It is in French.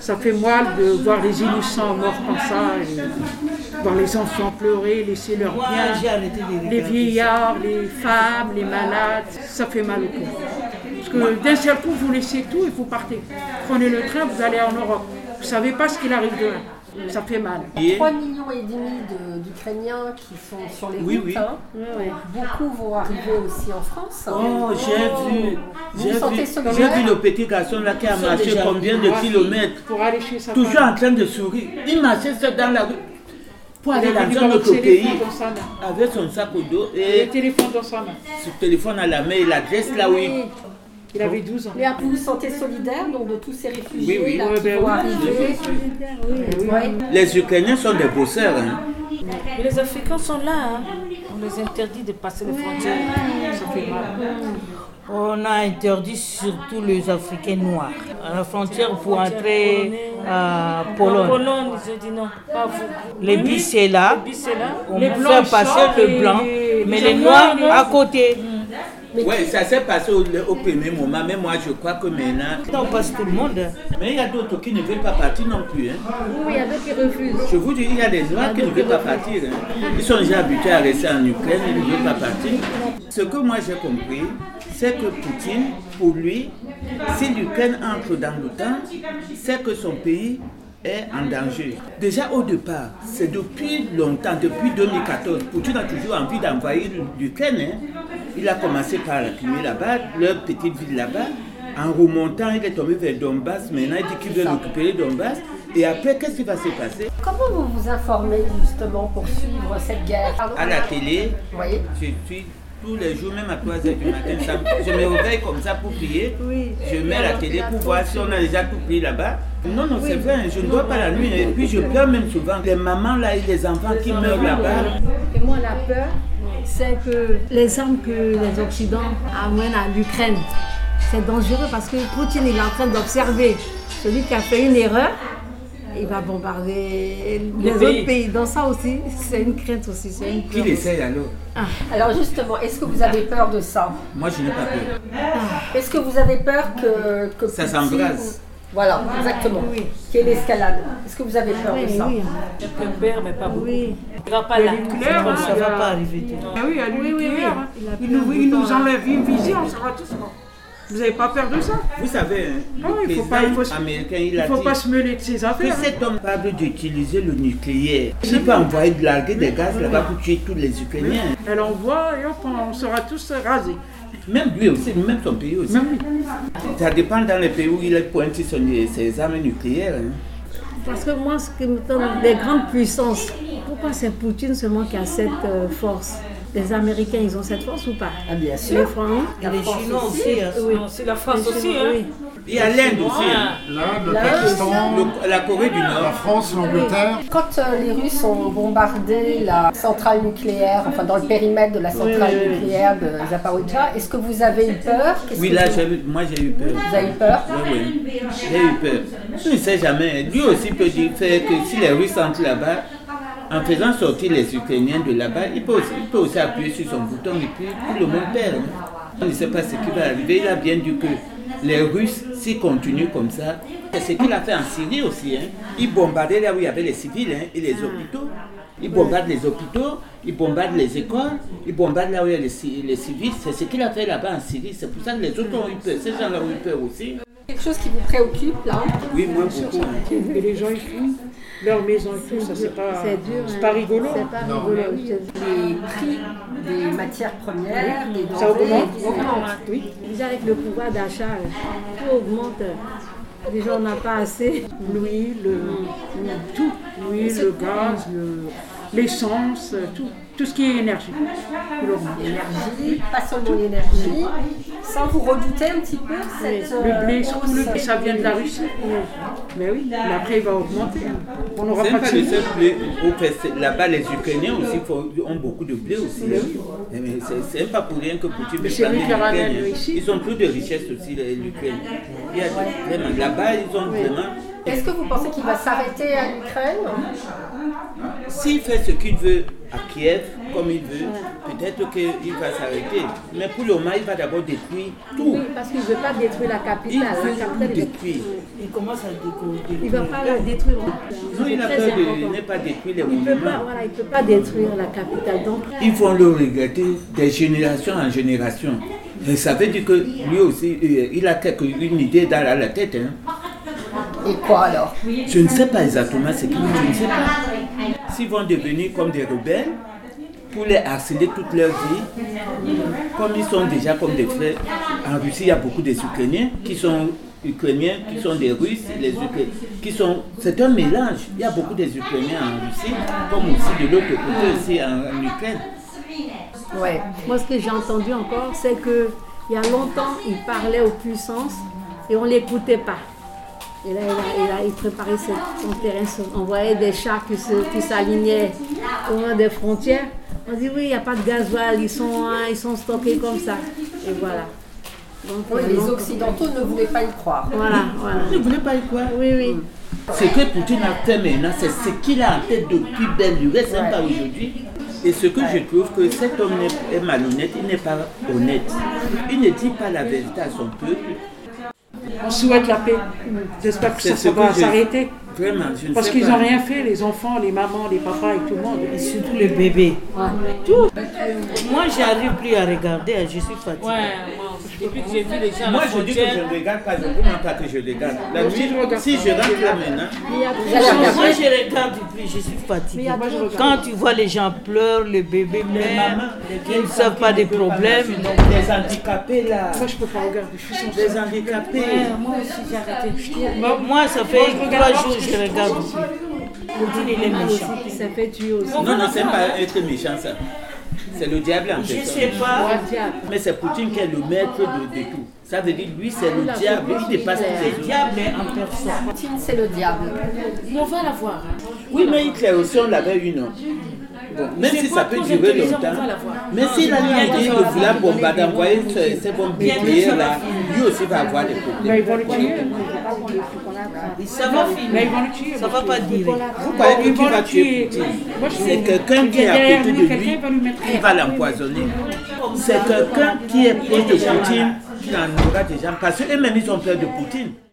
Ça fait mal de voir les innocents morts comme ça, et voir les enfants pleurer, laisser leurs biens, les vieillards, les femmes, les malades. Ça fait mal au cœur. Parce que d'un seul coup, vous laissez tout et vous partez. Prenez le train, vous allez en Europe. Vous ne savez pas ce qu'il arrive demain. Ça fait mal. 3 millions et demi de- d'Ukrainiens qui sont sur les Oui, routes. oui. hein. Beaucoup vont arriver aussi en France. Oh, j'ai vu, Vous j'ai vous sentez vu, solidaire j'ai vu le petit garçon là qui a marché déjà combien de Ah, kilomètres, Pour aller chez sa toujours femme. en train de sourire. Il marchait seul dans la rue pour Il aller avait dans un le autre téléphone pays dans sa main. avec son sac au dos Le et téléphone dans sa main. son téléphone à la main et l'adresse là où il. Il avait 12 ans. Mais après, vous vous sentez solidaire donc, de tous ces réfugiés Oui, oui. là, Ouais, qui ben vont oui. arriver. Ouais. Les Ukrainiens sont des bosseurs. hein. Mais les Africains sont là. hein. On les interdit de passer les frontières. Ça fait mal. On a interdit surtout les Africains noirs à la frontière pour entrer à En Pologne. Pologne, ils ont dit non. Pas vous. Les Oui, bis c'est là, les bis, c'est là. on Les peut blancs, faire passer ils sortent le blanc, et mais ils les sont noirs non. à côté. Ouais, ça s'est passé au, au premier moment, mais moi je crois que maintenant. On passe tout le monde. Mais il y a d'autres qui ne veulent pas partir non plus. hein. Oui, il y en a qui refusent. Je vous dis, il y a des Noirs qui ne veulent pas partir. hein. Ils sont déjà habitués à rester en Ukraine, ils ne veulent pas partir. Ce que moi j'ai compris, c'est que Poutine, pour lui, si l'Ukraine entre dans l'OTAN, c'est que son pays est en danger. Déjà au départ, c'est depuis longtemps, depuis 2014, Poutine a toujours envie d'envahir l'Ukraine. hein. Il a commencé par la Crimée là-bas, leur petite ville là-bas. En remontant, il est tombé vers Donbass. Maintenant, il dit qu'il veut récupérer Donbass. Et après, qu'est-ce qui va se passer Comment vous vous informez justement pour suivre cette guerre Pardon À la télé, Oui. je suis tous les jours, même à 3 h du matin. ça me- je me réveille comme ça pour prier. Je mets la télé pour voir si on a déjà tout pris là-bas. Non, non, c'est vrai, je ne dors pas la nuit. hein. Et puis, je pleure même souvent. Les mamans là et les enfants qui meurent là-bas. Et moi, la peur, c'est que les armes que les Occidents amènent à l'Ukraine, c'est dangereux parce que Poutine il est en train d'observer. Celui qui a fait une erreur, il va bombarder les autres pays. Dans ça aussi, c'est une crainte aussi, c'est une Qui peur. l'essaye alors Alors justement, est-ce que vous avez peur de ça Moi, je n'ai pas peur. Est-ce que vous avez peur que, que Ça Poutine- s'embrasse. Voilà, exactement. Oui. Qu'il y ait l'escalade. Est-ce que vous avez peur de Oui, ça oui, J'ai un père, mais pas beaucoup. oui. Il va pas là. Claire, hein, Ça il y va a- pas arriver. tout le temps. Ah oui, à lui, oui, oui. nucléaire, hein. Il a Il peur nous, de il nous temps. enlève une visée, on sera tous morts. Vous n'avez pas peur de ça Vous savez, hein, Ah le oui, il faut pas- il président faut se- américain, il Il a ne faut dit pas se mêler de ses Que affaires. hein. cet homme parle d'utiliser le nucléaire. Il peut envoyer de larguer des gaz là-bas pour tuer tous les Ukrainiens. Elle envoie et hop, on sera tous rasés. Même lui aussi, même son pays aussi. Même lui. Ça dépend dans les pays où il a pointé son- ses armes nucléaires. hein. Parce que moi, ce qui me donne des grandes puissances, pourquoi c'est Poutine seulement qui a cette euh, force Les Américains, ils ont cette force ou pas Ah, bien Les sûr. Français Et les Chinois aussi. hein. Oui. Non, C'est la France Les aussi. Chinois, Hein. oui. Il y a l'Inde aussi. hein. L'Inde, le Pakistan, Le- la Corée du la Nord. France, l'Angleterre. Quand euh, les Russes ont bombardé la centrale nucléaire, enfin dans le périmètre de la centrale nucléaire de Zaporizhzhia, est-ce que vous avez eu peur Qu'est-ce Oui, que là, vous- j'ai eu- moi j'ai eu peur. Vous avez eu peur Ah Oui, oui. J'ai eu peur. Je ne sais jamais. Dieu aussi peut dire faire que si les Russes entrent là-bas, en faisant sortir les Ukrainiens de là-bas, il peut, aussi, il peut aussi appuyer sur son bouton et puis tout le monde perd. hein. On ne sait pas ce qui va arriver. Il a bien dit que les Russes, s'ils continuent comme ça, c'est ce qu'il a fait en Syrie aussi. hein. Ils bombardaient là où il y avait les civils hein, et les hôpitaux. Ils bombardent les hôpitaux, ils bombardent les écoles, ils bombardent là où il y a les, ci- les civils. C'est ce qu'il a fait là-bas en Syrie. C'est pour ça que les autres ont eu peur. Ces gens-là ont eu peur aussi. Quelque chose qui vous préoccupe là Oui, moi beaucoup. hein. Et les gens, ils fuient. Leur maison et tout, ça, c'est pas, C'est dur. Ah. c'est hein. pas rigolo. C'est pas rigolo. Les prix des matières premières, des denrées, Ça augmente augmentent. Oui. Déjà avec le pouvoir d'achat, là, tout augmente. Déjà, on n'a pas assez. L'huile, le- tout. L'huile, le gaz, le- l'essence, tout. Tout ce qui est énergie. Ah, euh, Tout le monde. L'énergie, pas seulement l'énergie. Ça, vous redoutez un petit peu cette Le blé, euh, surtout le blé, hausse ça vient de la Russie. Mais oui, mais après, il va augmenter. hein. On n'aura C'est pas de pas le suivi. seul blé. Au fait, Là-bas, les Ukrainiens aussi font- ont beaucoup de blé aussi. Eh bien, c'est- C'est pas pour rien que Poutine Mais veut c'est lui blâmer qui ramène l'Ukraine. hein. ici. Ils ont plus de richesses aussi, les- l'Ukraine. Il y a de- vraiment, Là-bas, ils ont vraiment Est-ce que vous pensez qu'il va s'arrêter à l'Ukraine S'il fait ce qu'il veut à Kiev, comme il veut, peut-être qu'il va s'arrêter. Mais pour le moment, il va d'abord détruire tout. Oui, parce qu'il ne veut pas détruire la Il capitale. veut La tout capitale, il détruire. Il commence à découvrir. ne veut pas la détruire. Non, il a C'est peur très de important. ne pas détruire les Il ne peut, pas- monuments. voilà, il peut pas détruire la capitale. Donc, Ils vont le regretter de génération en génération. Et ça veut dire que lui aussi, euh, il a quelque, une idée dans la, la tête. hein. Et quoi alors Je ne sais pas exactement ce qu'il je ne sais pas. S'ils vont devenir comme des rebelles, pour les harceler toute leur vie, comme ils sont déjà comme des frères. En Russie, il y a beaucoup des Ukrainiens qui sont Ukrainiens, qui sont des Russes, les Ukra- qui sont. C'est un mélange. Il y a beaucoup des Ukrainiens en Russie, comme aussi de l'autre côté aussi en, en Ukraine. Ouais. moi, ce que j'ai entendu encore, c'est qu'il y a longtemps, il parlait aux puissances et on ne l'écoutait pas. Et là, il, a- il a- il préparait ses- son terrain, son- on voyait des chars qui se- qui s'alignaient au loin des frontières. On dit oui, il n'y a pas de gasoil, ils sont, hein, ils sont stockés comme ça. Et voilà. Donc, Oui, euh, les donc, Occidentaux ne voulaient pas y croire. Voilà, voilà. Vous ne voulez pas y croire Oui, oui. Ce que Poutine a fait maintenant, c'est ce qu'il a en tête depuis belle durée, c'est pas aujourd'hui. Et ce que je trouve que cet homme n'est- est malhonnête, il n'est pas honnête. Il ne dit pas la vérité à son peuple. On souhaite la paix. J'espère que C'est ça, ce ça que va je- s'arrêter. Vraiment, je ne Parce sais qu'ils pas. n'ont rien fait, les enfants, les mamans, les papas et tout le monde. Surtout le bébé. Tout. Moi, j'arrive plus à regarder, hein, je suis fatiguée. depuis que j'ai vu les gens à Moi, la je dis que je frontière, ne regarde pas, je ne vous mens pas que je regarde. La Moi aussi, nuit, je regarde si pas. je rentre là Moi, maintenant, je regarde plus, je suis fatiguée. Quand tu vois les gens pleurent, les bébés les mamans, meurent, les ils vieilles ne femmes savent qui pas ne des peuvent pas problèmes. marcher, donc les handicapés là, Moi, je peux pas regarder. Je suis sans les handicapés. moi aussi j'ai arrêté. Je trouve Moi, moi, ça fait je regarde trois pas jours parce que je que je regarde plus. Poutine, il est méchant. Aussi, qui s'est fait tuer aussi. Non, non, c'est pas être méchant ça. C'est le diable en Je ne personne. sais pas. Diable. Mais c'est Poutine qui est le maître de, de tout. Ça veut dire lui, c'est Ah, le diable, il dépasse tous les Le autres. diable est en personne. Poutine, c'est le diable. on va la voir. hein. Oui, mais Hitler aussi, on l'avait eu, non Bon, même si ça pas peut trop durer intelligent, longtemps, on va la voir. mais s'il a l'idée de vouloir bombarder, envoyer ce- ces bombes nucléaires là, lui aussi va avoir des Mais ils vont problèmes. le tuer. Ça va Mais finir. ils vont le tuer. Ça va pas durer. Vous croyez que Ils qui vont va le tuer tuer. Poutine Moi, je C'est sais. quelqu'un qui est à Derrière côté lui, de lui, quelqu'un va lui mettre il va l'empoisonner. C'est quelqu'un qui est proche de Poutine qui en aura des gens. Parce qu'eux-mêmes, ils ont peur de Poutine.